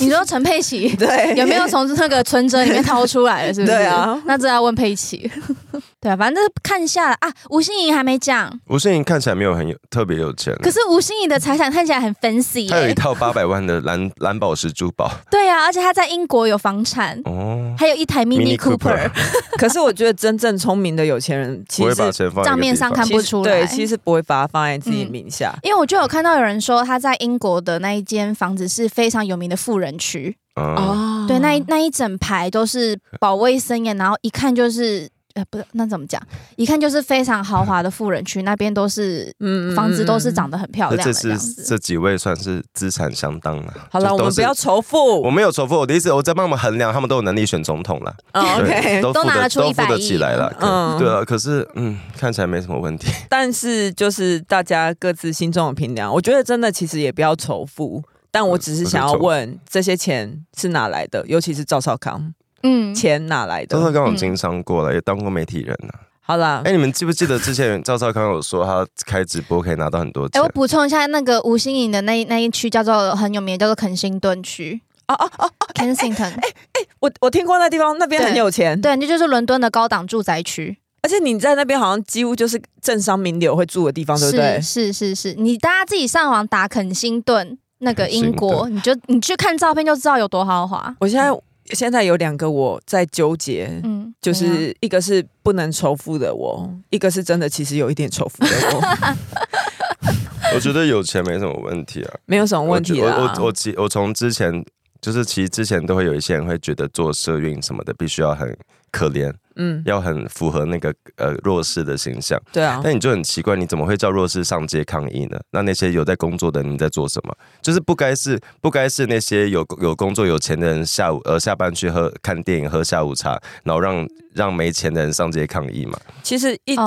S3: 你说陈佩琪
S1: 对
S3: 有没有？从那个存折里面掏出来了？是不是？
S1: 对啊，
S3: 那这要问佩琪。 对啊，反正看一下啊，吴欣颖还没讲，
S2: 吴欣颖看起来没有很有特别有钱，啊
S3: 可是吴欣颖的财产看起来很 fancy，、
S2: 他有一
S3: 欸、
S2: 套八百万的蓝蓝宝石珠宝
S3: 对啊，而且他在英国有房产，
S2: 哦。
S3: 还有一台 Mini Cooper，
S1: 可是我觉得真正聪明的有钱人，
S2: 不
S1: 其
S2: 会
S1: 实
S2: 把钱放在一个
S3: 账面上
S2: 地
S3: 看
S2: 方
S1: 其
S3: 不
S1: 实
S3: 出来
S1: 对，其实不会把它放在自己名下。
S3: 因为我就有看到有人说他在英国的那一间房子是非常有名的富人区，
S2: 嗯
S1: 哦，
S3: 对，那一那一整排都是保卫森严，然后一看就是。呃，不是，那怎么讲？一看就是非常豪华的富人区，那边都是
S1: 嗯
S3: 房子都是长。得很漂
S2: 那
S3: 哦
S2: 这
S3: 亮的嗯这样
S2: 是
S3: 子。
S2: 这几位算是资产相当了。
S1: 好了，
S2: 就
S1: 我
S2: 都
S1: 们
S2: 是
S1: 不要仇富。
S2: 我没有重复我的意思，我在帮我们衡量，他们都有能力选总统了。
S1: 嗯
S2: 对
S1: OK，
S2: 都付
S3: 都拿得
S2: 得
S3: 出
S2: 都付
S3: 100
S2: 得
S3: 亿
S2: 起来了。
S1: 嗯
S2: 嗯，对啊，可是嗯，看起来没什么问题。
S1: 但是就是大家各自心中的评量，我觉得真的其实也不要仇富。但我只是想要
S2: 嗯不是仇富
S1: 问，这些钱是哪来的？尤其是赵少康，
S3: 嗯，
S1: 钱哪来
S2: 赵少
S1: 的？
S2: 康有经商过了，也当过媒体人呢。
S1: 好啦
S2: 哎，，你们记不记得之前赵少康有说他开直播可以拿到很多
S3: 哎、
S2: 钱
S3: 我？补充一下，那个吴欣颖的那一那一区叫做很有名，叫做肯辛顿区
S1: 哦哦哦，
S3: （Kensington）。
S1: 我我听过那地方，那边
S3: 对
S1: 很有钱，
S3: 对，那就是伦敦的高档住宅区。
S1: 而且你在那边好像几乎就是政商名流会住的地方，对不对？
S3: 是是是是，你大家自己上网打肯辛顿那个英国，
S2: 肯
S3: 你就你去看照片就知道有多豪华。
S1: 我现在现在有两个我在纠结，
S3: 嗯，
S1: 就
S3: 怎样
S1: 是一个是不能仇富的我，一个是真的其实有一点仇富的 我，
S2: 我觉得有钱没什么问题啊。
S1: 没有什么问题
S2: 我觉
S1: 啦。
S2: 我我我其我从之前就是其实之前都会有一些人会觉得做社运什么的必须要很可怜，
S1: 嗯，
S2: 要很符合那个呃弱势的形象。
S1: 对啊，
S2: 但你就很奇怪，你怎么会叫弱势上街抗议呢？那那些有在工作的人你在做什么？就是不该是不该是那些有有工作有钱的人下午呃下班去喝看电影喝下午茶，然后让让没钱的人上街抗议嘛？
S1: 其实一直、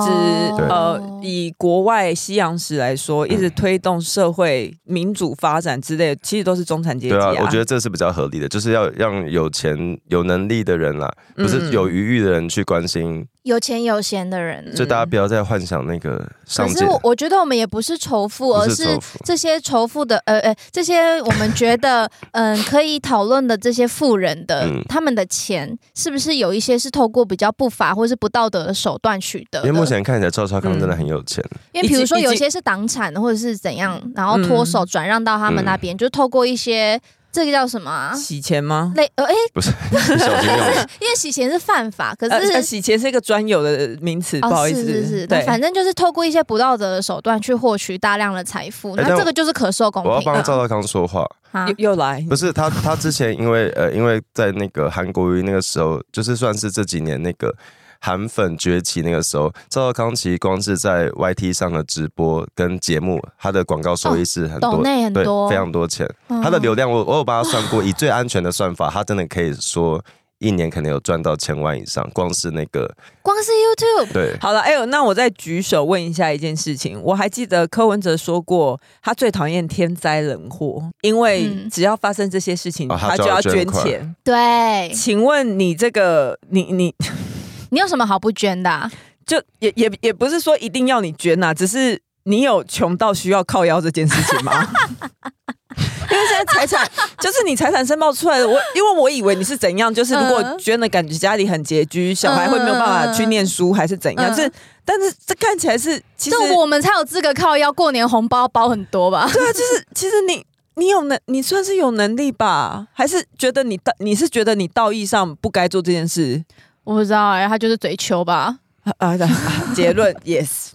S3: 对
S1: 呃，以国外西洋史来说，一直
S2: 嗯
S1: 推动社会民主发展之类的，其实都是中产阶级嗯
S2: 对啊，我觉得
S1: 得
S2: 这是比较合理的，就是要让有钱有能力的人啦，
S1: 嗯
S2: 不是有余裕的人去关心，
S3: 有钱有闲的人。
S2: 所以大家不要再幻想那个上
S3: 嗯可
S2: 街
S3: 是。我我觉得我们也不是仇富，
S2: 不
S3: 而
S2: 是
S3: 是
S2: 仇富
S3: 这些仇富的呃呃，这些我们觉得嗯可以讨论的这些富人的、
S2: 嗯
S3: 他们的钱，是不是有一些是透过比较不法或是不道德的手段取得的？
S2: 因为目前看起来赵少康真的很有钱，
S3: 因为比如说
S1: 以及以及
S2: 嗯
S3: 有些是党产或者是怎样，然后脱手转让到他们那边，就透过一些这个叫什么、啊？
S1: 洗钱吗？
S3: 类呃，哎、
S2: 不是小心用语。
S3: 因为洗钱是犯法，可
S1: 呃，
S3: 是、哦
S1: 呃洗钱是一个专有的名词，不好意思，
S3: 是是是，
S1: 对，
S3: 反正就是透过一些不道德的手段去获取大量的财富，
S2: 哎
S3: 那
S2: 但
S3: 这个就是可受公
S2: 我要
S3: 平啊
S2: 帮赵
S3: 的。
S2: 少康说话，
S3: 啊
S1: 又又来，
S2: 不是他，他之前因为呃，因为在那个韩国瑜那个时候，就是算是这几年那个韩粉崛起那个时候，赵少康其实光是在 YT 上的直播跟节目，他的广告收益是很多，
S3: 抖哦内很
S2: 对
S3: 多，
S2: 非常多钱。
S3: 嗯
S2: 他的流量我我有帮他算过，以最安全的算法，他真的可以说一年可能有赚到千万以上，光是那个
S3: 光是 YouTube
S2: 对。
S1: 好了，哎呦，那我再举手问一下一件事情。我还记得柯文哲说过，他最讨厌天灾人祸，因为
S3: 嗯
S1: 只要发生这些事情，
S2: 哦
S1: 他
S2: 他
S1: 就
S2: 就
S1: 要
S2: 要
S1: 捐
S2: 捐款
S1: 钱。
S3: 对，
S1: 请问你这个，你你
S3: 你有什么好不捐的啊、
S1: 就也也也不是说一定要你捐呐、只是你有穷到需要靠腰这件事 情吗？因为现在财产就是你财产申报出来的，我因为我以为你是怎样，就是如果
S3: 嗯
S1: 捐了，感觉家里很拮据，小孩会没有办法去念书，还是怎样？
S3: 嗯
S1: 这但是这看起来是其实
S3: 这我们才有资格靠腰，过年红包包很多吧？
S1: 对啊，就是其实你你有能，你算是有能力吧？还是觉得你道你是觉得你道义上不该做这件事？
S3: 我不知道哎、他就是嘴求吧。
S1: 啊啊！ 结论 yes。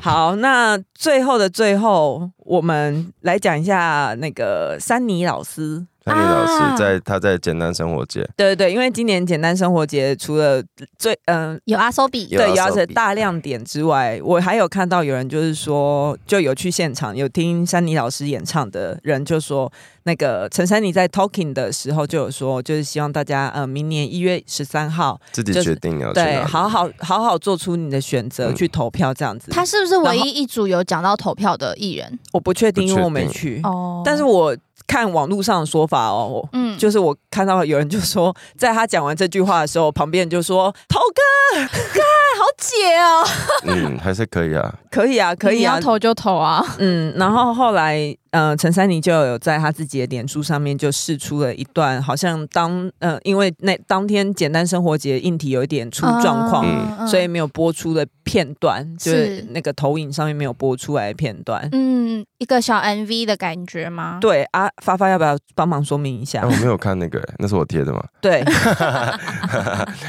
S1: 好，那最后的最后，我们来讲一下那个山妮老师。
S2: 那李老师
S3: 啊
S2: 在他在简单生活节，
S1: 对对对，因为今年简单生活节除了最嗯、
S3: 有阿收比
S2: 有啊
S1: 对，
S2: 阿
S1: 要
S2: 手
S1: 是
S2: 笔
S1: 啊大亮点之外，我还有看到有人就是说，就有去现场有听珊妮老师演唱的人就说，那个呃陈珊妮在 talking 的时候就有说，就是希望大家呃明年一月十三号，
S2: 自己
S1: 就是
S2: 决定你要去哪
S1: 对，
S2: 里
S1: 好好好好做出你的选择、
S2: 嗯
S1: 去投票这样子。
S3: 他是不是唯
S1: 然后
S3: 一一组有讲到投票的艺人？
S1: 我不确定，
S2: 不确
S1: 因为我没
S2: 定
S1: 去，
S3: 哦
S1: 但是我看网络上的说法哦，我
S3: 嗯
S1: 就是我看到有人就说，在他讲完这句话的时候，旁边人就说投哥
S3: 好解哦，
S2: 嗯，还是可以啊。
S1: 可以啊，可以
S3: 你
S1: 啊
S3: 要，投就投啊。
S1: 嗯，然后后来，呃，陈珊妮就有在她自己的脸书上面就试出了一段，好像当呃，因为那当天简单生活节硬体有一点出状况，
S2: 嗯
S1: 所以没有播出的片段，就是
S3: 是
S1: 那个投影上面没有播出来的片段。
S3: 嗯，一个小 MV 的感觉吗？
S1: 对啊，发发要不要帮忙说明一下
S2: 哎，我？没有看那个，那是我贴的吗？
S1: 对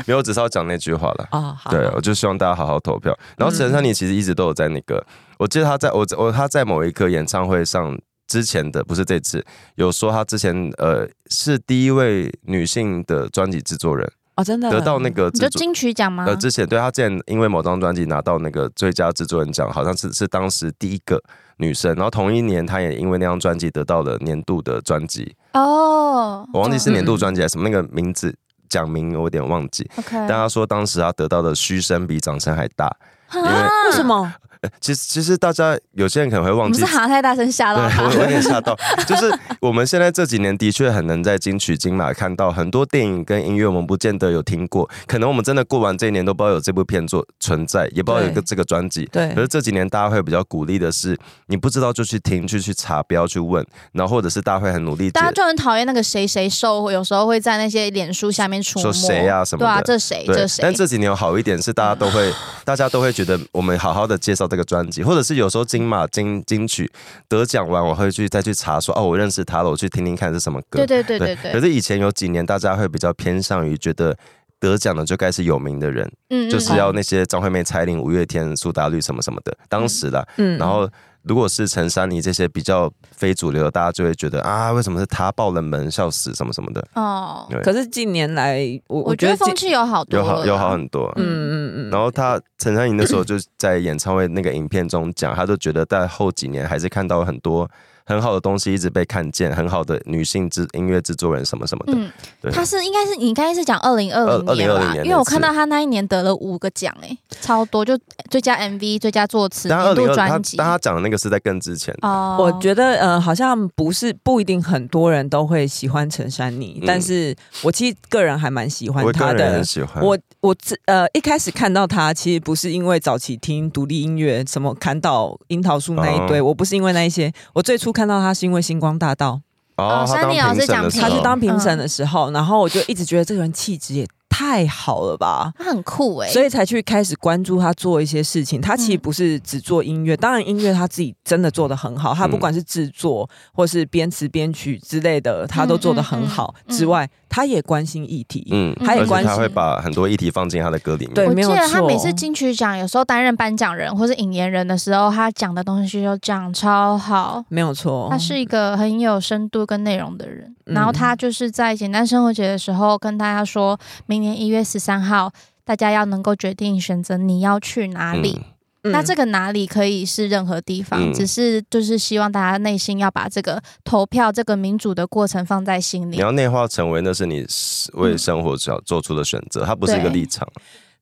S2: 没有，我只是要讲那句话了。
S1: 啊，好，
S2: 对，我就希望大家好好投票。然后陈珊妮其实一直都有在那个，我记得她在我我她在某一个演唱会上之前的，不是这次，有说她之前呃是第一位女性的专辑制作人，
S1: 哦，真的
S2: 得到那个
S3: 你
S2: 制
S3: 就
S2: 作。
S3: 金曲奖吗？
S2: 呃，之前对她之前因为某张专辑拿到那个最佳制作人奖，好像是是当时第一个女生。然后同一年，她也因为那张专辑得到了年度的专辑，
S3: 哦，
S2: 我忘记是年
S1: 嗯
S2: 度专辑还是什么那个名字奖名，我有点忘记。
S3: 嗯 OK，
S2: 但他说当时他啊得到的嘘声比掌声还大。为
S1: 为什？么？
S2: 呃其实其实大家有些人可能会
S3: 我
S2: 忘
S3: 们
S2: 记
S3: 是。哈太大声吓
S2: 对，
S3: 到他
S2: 我。有点吓到。就是我们现在这几年的确很能在金曲金马看到很多电影跟音乐，我们不见得有听过，可能我们真的过完这一年都不知道有这部片作存在，也不知道有个
S1: 对
S2: 这个专辑。
S1: 对
S2: 可是这几年大家会比较鼓励的是，你不知道就去听，去去查标去问，然后或者是大家会很努力解
S3: 大家就很讨厌那个谁谁瘦，有时候会在那些脸书下面出没。
S2: 说谁啊什么
S3: 对啊，
S2: 的
S3: 这谁
S2: 对
S3: 这，谁？
S2: 但这几年有好一点是大家都 会，大家都会觉得我们好好的介绍这个专辑，或者是有时候金马金金曲得奖完，我会去再去查说哦，我认识他了，我去听听看是什么歌。
S3: 对对对对对，
S2: 可是以前有几年，大家会比较偏向于觉得得奖的就该是有名的人，
S3: 嗯嗯
S2: 就是
S3: 嗯
S2: 要那些张惠妹、蔡依林、五月天、苏打绿什么什么的。当时啦，
S1: 嗯
S2: 然后如果是陈珊妮这些比较非主流的，大家就会觉得啊，为什么是她爆冷门，笑死什么什么的，
S3: 哦，
S2: 对
S1: 可是近年来，我
S3: 我觉得
S1: 近
S3: 风气有好多
S2: 有
S3: 了啦，
S2: 好有好很多。
S1: 嗯嗯嗯，
S2: 然后他陈珊妮那时候就在演唱会那个影片中讲，他就觉得在后几年还是看到很多很好的东西一直被看见，很好的女性制音乐制作人什么什么的。
S3: 嗯，
S2: 对
S3: 他是应该是你应该是讲二零二零
S2: 2020
S3: 年吧，
S2: 年
S3: 因为我
S2: 那次
S3: 看到他那一年得了五个奖，哎，超多，就最佳 MV、最佳作词、
S2: 但二零
S3: 年度
S2: 二他
S3: 专
S2: 但
S3: 辑。
S2: 他讲的那个是在更之前，
S3: 哦
S1: 我觉得呃，好像不是不一定很多人都会喜欢陈珊妮，
S2: 嗯
S1: 但是我其实个人还蛮喜欢
S2: 我
S1: 她
S2: 个人
S1: 的
S2: 很。喜欢。哦
S1: 我我自呃一开始看到她，其实不是因为早期听独立音乐，什么砍倒樱桃树那一堆，
S2: 哦
S1: 我不是因为那一些。我最初看到她是因为星光大道，
S2: 哦，他
S3: 珊
S2: 当
S3: 妮老师
S2: 评审
S3: 讲
S2: 的时
S3: 评
S2: 候，
S1: 她去当评审
S3: 嗯
S1: 的时候，然后我就一直觉得这个人气质也太好了吧？
S3: 他很酷哎、
S1: 所以才去开始关注他做一些事情。他
S3: 嗯
S1: 其实不是只做音乐，当然音乐他自己真的做的很好，他不管是制作或是编词编曲之类的，他都做的很好。
S3: 嗯嗯嗯
S1: 之外，他也关心议题。
S2: 嗯，
S1: 还有
S2: 而且
S1: 关
S2: 他
S1: 系
S2: 会把很多议题放进他的歌里面。嗯
S1: 对
S3: 我
S1: 没
S3: 记
S1: 有
S3: 得他
S1: 错
S3: 每次金曲奖有时候担任颁奖人或是引言人的时候，他讲的东西就讲超好。
S1: 没有错，
S3: 他啊是一个很有深度跟内容的人，
S1: 哦嗯
S3: 然后他就是在简单生活节的时候跟大家说，明年一月十三号，大家要能够决定选择你要去哪里。
S1: 嗯
S3: 那这个哪里可以是任何地方，
S2: 嗯
S3: 只是就是希望大家内心要把这个投票这个民主的过程放在心
S2: 你
S3: 里。
S2: 要内化成为那是你是为生活所做出的选择，它不是一个
S3: 嗯对
S2: 立场。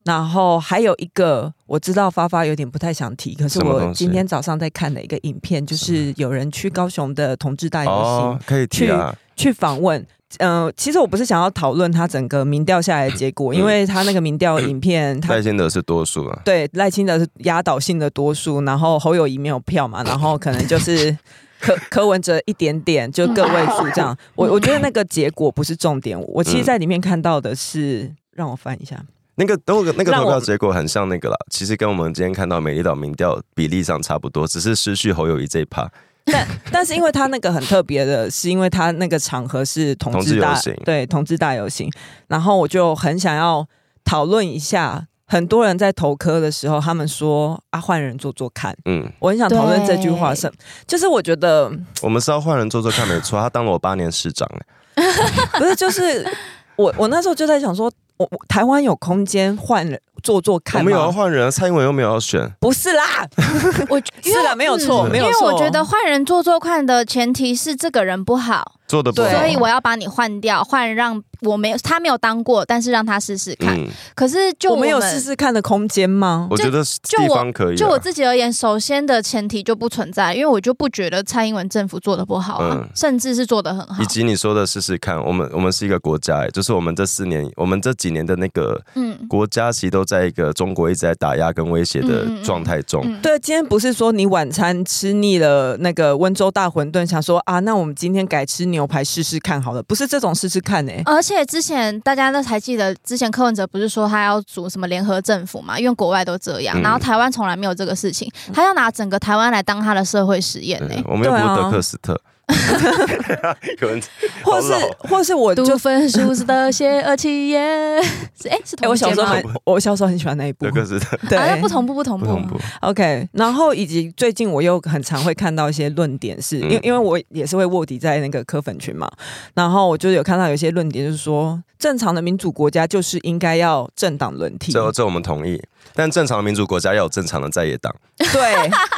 S1: 然后还有一个，我知道发发有点不太想提，可是
S2: 什么
S1: 我
S2: 东西
S1: 今天早上在看的一个影片，就是有人去高雄的同志大游行、
S2: 哦，可以提啊，
S1: 去访问。嗯、其实我不是想要讨论他整个民调下来的结果，
S2: 嗯
S1: 因为他那个民调影片，他
S2: 戴先德是多数啊。
S1: 对赖清德是压倒性的多数，然后侯友谊没有票嘛，然后可能就是 柯柯文哲一点点，就个位数这 样。我我觉得那个结果不是重点，我其实在里面看到的是，让我翻一下，
S2: 那个那个那个
S1: 让
S2: 投
S1: 我
S2: 票结果很像那个啦，其实跟我们今天看到美丽岛民调比例上差不多，只是失去侯友谊这一趴。
S1: 但是因为他那个很特别的，是因为他那个场合是同志大
S2: 同志游行
S1: 对同志大游行，然后我就很想要讨论一下。很多人在投科的时候，他们说啊，换人做做看。
S2: 嗯，
S1: 我很想讨论这句话
S3: 对
S1: 是，就是我觉得
S2: 我们是要换人做做看，没错。他当了我八年市长、欸，
S1: 不是，就是我我那时候就在想说，我我台湾有空间换人做做
S2: 我
S1: 看
S2: 们有要
S1: 吗？
S2: 换人啊，蔡英文又没有要选，
S1: 不是啦，
S3: 我
S1: 是啦，没有错，
S2: 嗯
S1: 没有
S3: 因为
S1: 错。
S3: 我觉得换人做做看的前提是这个人不好，
S2: 做的不好，
S1: 对
S3: 所以我要把你换掉，换让我没有他没有当过，但是让他试试看。
S2: 嗯，
S3: 可是就
S1: 我
S3: 们
S1: 们有试试看的空间吗？
S2: 我觉得地方可以、啊
S3: 就我自己而言，首先的前提就不存在，因为我就不觉得蔡英文政府做的不好啊，
S2: 嗯
S3: 甚至是做的很好
S2: 以。啊及你说的试试看，我们我们是一个国家、欸，就是我们这四年，我们这几年的那个
S3: 嗯
S2: 国家其实都在一个中国一直在打压跟威胁
S3: 嗯嗯
S2: 的
S3: 嗯
S2: 状态中。
S3: 嗯，
S1: 对，今天不是说你晚餐吃腻了那个温州大馄饨，想说啊，那我们今天改吃牛排试试看好了，不是这种试试看哎、
S3: 而且之前大家都还记得，之前柯文哲不是说他要组什么联合政府嘛？因为国外都这样，
S2: 嗯
S3: 然后台湾从来没有这个事情，
S1: 嗯
S3: 他要拿整个台湾来当他的社会实验呢、
S2: 对，嗯我们又不是
S1: 对啊
S2: 德克斯特， 可能
S1: 或是
S2: 好老
S1: 或是我就
S3: 读分数是的邪恶起源， 是哎、是
S1: 哎、
S3: 同
S1: 我
S3: 一届
S1: 小时候
S3: 吗？
S1: 蛮我小时候很喜欢那一部
S2: 德，克斯特
S1: 对，
S3: 啊，那不同步不同
S2: 不
S3: 步，
S2: 同步。
S1: OK，然后以及最近我又很常会看到一些论点是，因为
S2: 嗯
S1: 因为我也是会卧底在那个科粉群嘛，然后我就有看到有些论点就是说，正常的民主国家就是应该要政党轮替，
S2: 这这我们同意，但正常的民主国家要有正常的在野 党，
S1: 对，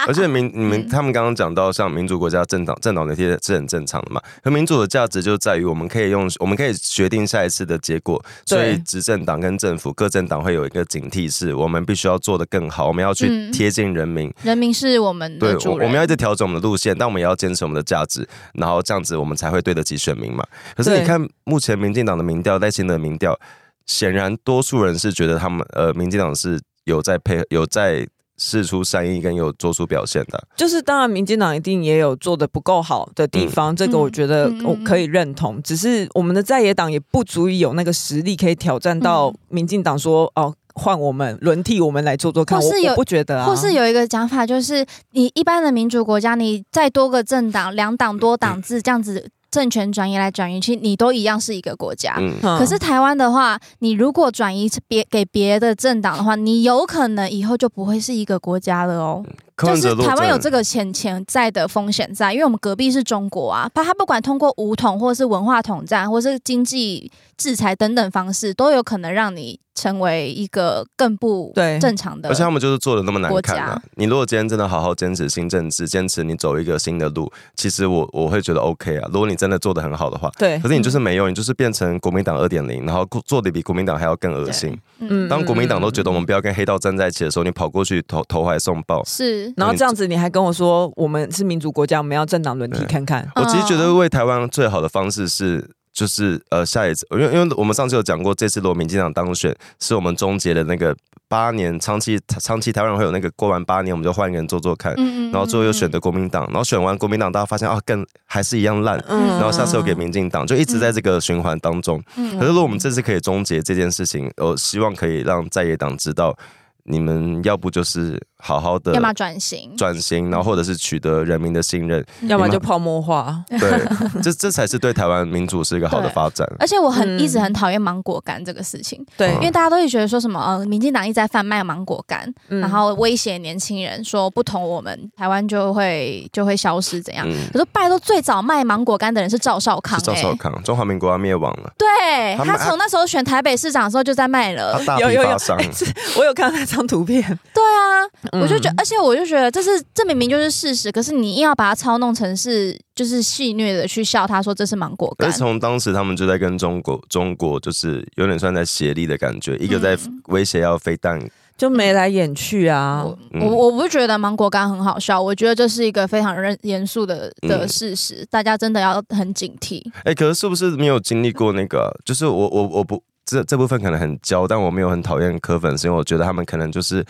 S2: 而且民你
S3: 嗯
S2: 们他们刚刚讲到，像民主国家政党政党那些是很正常的嘛。而民主的价值就在于我们可以用我们可以决定下一次的结果，
S1: 对
S2: 所以执政党跟政府各政党会有一个警惕，是我们必须要做得更好，我们要去
S3: 嗯
S2: 贴近人民，
S3: 人民是我们
S2: 对
S3: 的，
S2: 我
S3: 主
S2: 我
S3: 人，
S2: 们要一直调整我们的路线，但我们也要坚持我们的价值，然后这样子我们才会对得起选民嘛。可是
S1: 对
S2: 你看，目前民进党的民调，赖清德的民调，显然多数人是觉得他们呃，民进党是有在配合，有在试出善意跟有做出表现的。
S1: 就是当然，民进党一定也有做的不够好的地方，这个我觉得
S3: 嗯嗯嗯
S1: 我可以认同。只是我们的在野党也不足以有那个实力可以挑战到
S3: 嗯
S1: 民进党说哦，换我们轮替我们来做做看，
S3: 或
S1: 我
S3: 是有
S1: 我不觉得啊，
S3: 或是有一个讲法，就是你一般的民主国家，你再多个政党、两党多党制这样子政权转移来转移去，你都一样是一个国家。
S2: 嗯，
S1: 嗯
S3: 可是台湾的话，你如果转移别给别的政党的话，你有可能以后就不会是一个国家了哦。
S2: 柯
S3: 就
S2: 文哲
S3: 是
S2: 落
S3: 台湾
S2: 阵
S3: 有这个潜潜在的风险在，因为我们隔壁是中国啊，他他不管通过武统或是文化统战，或是经济制裁等等方式，都有可能让你成为一个更不
S1: 对
S3: 正常的。
S2: 而且他们就是做的那么难看
S3: 国家
S2: 啊！你如果今天真的好好坚持新政治，坚持你走一个新的路，其实我我会觉得 OK 啊。如果你真的做的很好的话，
S1: 对
S2: 可，是你
S3: 嗯
S2: 就是没有，你就是变成国民党二点零，然后做的比国民党还要更恶心。
S1: 嗯
S2: 当国民党都觉得我们不要跟黑道站在一起的时候，你跑过去投投怀送抱。
S3: 是，
S1: 然后
S2: 嗯
S1: 这样子你还跟我说我们是民主国家，我们要政党轮替
S2: 对
S3: 嗯
S1: 看看。
S2: 我其实觉得为台湾最好的方式是就是呃下一次，因为因为我们上次有讲过，这次罗明进党当选是我们终结的那个八年长期长期台湾人会有那个过完八年我们就换一个人做做看，
S3: 嗯嗯，
S2: 然后最后又选择国民党，然后选完国民党，大家发现啊更还是一样烂，
S1: 嗯
S2: 然后下次又给民进党，就一直在这个循环当中。
S3: 嗯，
S2: 可是如果我们这次可以终结这件事情，我希望可以让在野党知道，你们要不就是好好的
S3: 要么转型，
S2: 转
S1: 嗯
S2: 型，然后或者是取得人民的信任，
S1: 要么就泡沫化。
S2: 对，这这才是对台湾民主是一个好的发展。
S3: 而且我很、
S1: 嗯
S3: 一直很讨厌芒果干这个事情，
S1: 对，
S2: 嗯
S3: 因为大家都会觉得说什么，呃，民进党一直在贩卖芒果干，
S1: 嗯
S3: 然后威胁年轻人说不同我们台湾就会就会消失怎
S1: 哎
S3: 样。
S2: 嗯，
S3: 可是拜托，最早卖芒果干的人是赵少康、
S2: 是
S3: 欸，
S2: 赵少康，中华民国要灭亡了，
S3: 对
S2: 他
S3: 他
S2: 们啊
S3: 从那时候选台北市长的时候就在卖了
S2: 他，大
S1: 呃有
S2: 批
S1: 有有
S2: 发商，
S1: 哎是我有看到那张图片，
S3: 对啊， 我就觉
S1: 嗯
S3: 得，而且我就觉得这是这明明就是事实，可是你硬要把它操弄成是就是戏谑的去笑他说这是芒果
S2: 而
S3: 干
S2: 且，从当时他们就在跟中国中国就是有点算在协力的感觉，一个在
S3: 嗯
S2: 威胁要飞弹，
S1: 就眉来眼去啊。
S3: 我
S2: 嗯
S3: 我我不觉得芒果干很好笑，我觉得这是一个非常认严肃的的
S2: 嗯
S3: 事实，大家真的要很警惕。
S2: 哎、可是是不是没有经历过那个啊？就是我我我不这这部分可能很焦，但我没有很讨厌柯粉，是因为我觉得他们可能就是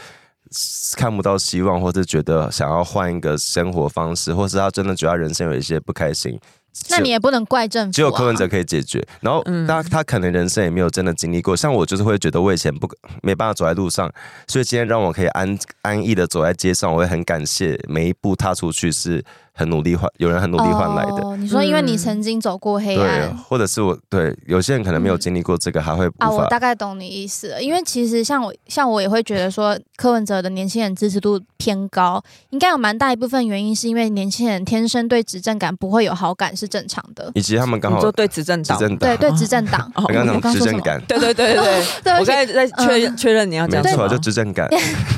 S2: 看不到希望，或是觉得想要换一个生活方式，或是他真的觉得他人生有一些不开心。
S3: 那你也不能怪政府、啊，
S2: 只有柯文哲可以解决，然后
S1: 嗯
S2: 他他可能人生也没有真的经历过，像我就是会觉得我以前不没办法走在路上，所以今天让我可以安安逸的走在街上，我会很感谢每一步踏出去是很努力换，有人很努力换来的。
S3: 哦。你说因为你
S1: 嗯
S3: 曾经走过黑
S2: 对啊
S3: 暗，。
S2: 或者是我对有些人可能没有经历过这个，还会无
S3: 嗯啊，我
S2: 法。
S3: 大概懂你意思了，因为其实像我，像我也会觉得说，柯文哲的年轻人支持度偏高，应该有蛮大一部分原因是因为年轻人天生对执政感不会有好感是正常的，
S2: 以及他们刚
S1: 你
S2: 好
S1: 说对执政
S2: 执
S1: 党，
S2: 政党
S3: 对，对执政党。
S1: 哦
S2: 我刚
S3: 我
S2: 刚
S3: 刚
S2: 讲执
S3: 说
S2: 政
S3: 什么啊
S2: 感，
S1: 对对对 对对，
S3: 对，而
S1: 我刚才
S3: 且
S1: 在确
S3: 嗯
S1: 认确认你要
S2: 没
S1: 讲什
S2: 错，
S1: 么
S2: 就，执政感。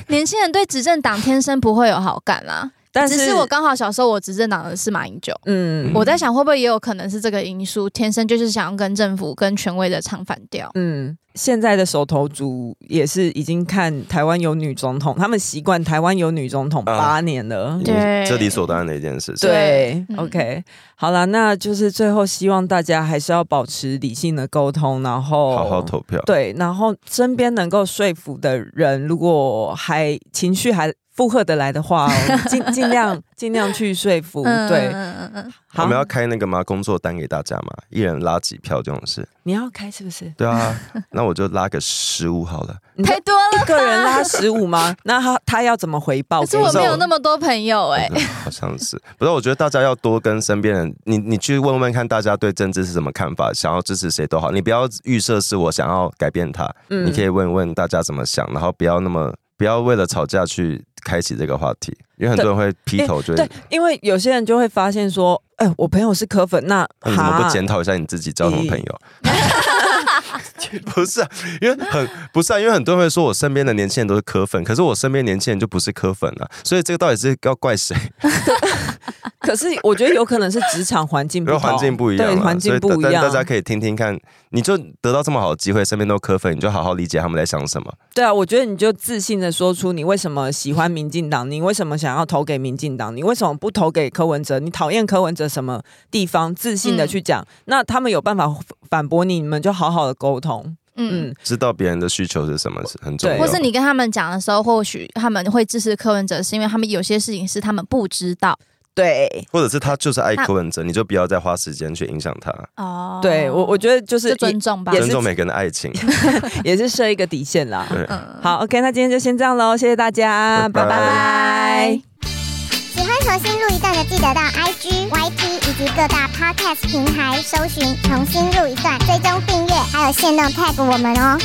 S3: 年轻人对执政党天生不会有好感啦。
S1: 但
S3: 只是我刚好小时候我执政党的是马英九，
S1: 嗯
S3: 我在想会不会也有可能是这个因素，天生就是想要跟政府跟权威的唱反调。
S1: 嗯，现在的手头族也是已经看台湾有女总统，他们习惯台湾有女总统
S2: 啊
S1: 八年了。
S3: 对
S2: 嗯这理所当然的一件事情。
S1: 对
S3: 嗯
S1: o k 好了，那就是最后希望大家还是要保持理性的沟通，然后
S2: 好好投啊票。
S1: 对，然后身边能够说服的人，如果还情绪还负荷得来的话、哦，尽尽量尽量去说服。对，
S3: 嗯嗯嗯
S2: 我
S1: 好，
S2: 们要开那个吗？工作单给大家嘛，一人拉几票这种事。
S1: 你要开是不是？
S2: 对 啊，那我就拉个十五好了。
S1: 你
S3: 太
S1: 说
S3: 多了吧，
S1: 一个人拉十五吗？那他他要怎么回报
S3: 啊可
S1: 给
S3: 是
S1: 你？
S2: 不
S3: 我
S2: 是
S3: 没有
S2: 我
S3: 那么多朋友哎、
S2: 好像是，不是？我觉得大家要多跟身边人，你你去问问看大家对政治是什么看法，想要支持谁都好，你不要预设是我想要改变他，
S1: 嗯
S2: 你可以问问大家怎么想，然后不要那么不要为了吵架去开启这个话题，因为很多人会劈头就会，
S1: 对，因为有些人就会发现说，哎、我朋友是柯粉，那
S2: 哎那你怎么
S1: 哈
S2: 不检讨一下你自己交什么朋友？ 不是、啊，因为很不是、啊，因为很多人会说我身边的年轻人都是科粉，可是我身边年轻人就不是科粉啊，所以这个到底是要怪谁？
S1: 嗯 可是我觉得有可能是职场环境
S2: 因
S1: 不
S2: 为
S1: 同，
S2: 环境不一样啊，
S1: 对，环
S2: 所
S1: 境
S2: 以
S1: 不一
S2: 大
S1: 样。
S2: 大家可以听听看，你就得到这么好的机会，身边都科粉，你就好好理解他们在想什么。
S1: 对啊，我觉得你就自信的说出你为什么喜欢民进党，你为什么想要投给民进党，你为什么不投给柯文哲，你讨厌柯文哲什么地方，自信的去
S3: 嗯
S1: 讲，那他们有办法反驳你，你们就好好的沟通。
S3: 嗯
S1: 嗯，
S2: 知道别人的需求是什么是很重
S1: 对
S2: 要。
S3: 或是你跟他们讲的时候，或许他们会支持柯文哲，是因为他们有些事情是他们不知道
S1: 对，
S2: 或者是他就是爱
S3: 那
S2: 柯文哲，你就不要再花时间去影响他，
S3: 哦。
S1: 对我我觉得就是
S3: 就尊重吧
S1: 也。是
S2: 尊重每个人的 爱情。
S1: 也是设一个底线啦。
S2: 对，
S3: 嗯，
S1: 好，OK，那今天就先这样喽，谢谢大家，
S2: 拜拜
S1: 拜拜
S4: 喜欢重新录一段的，记得到 IG、YT 以及各大 Podcast 平台搜寻“重新录一段”，追踪订阅，还有限定 tag 我们哦。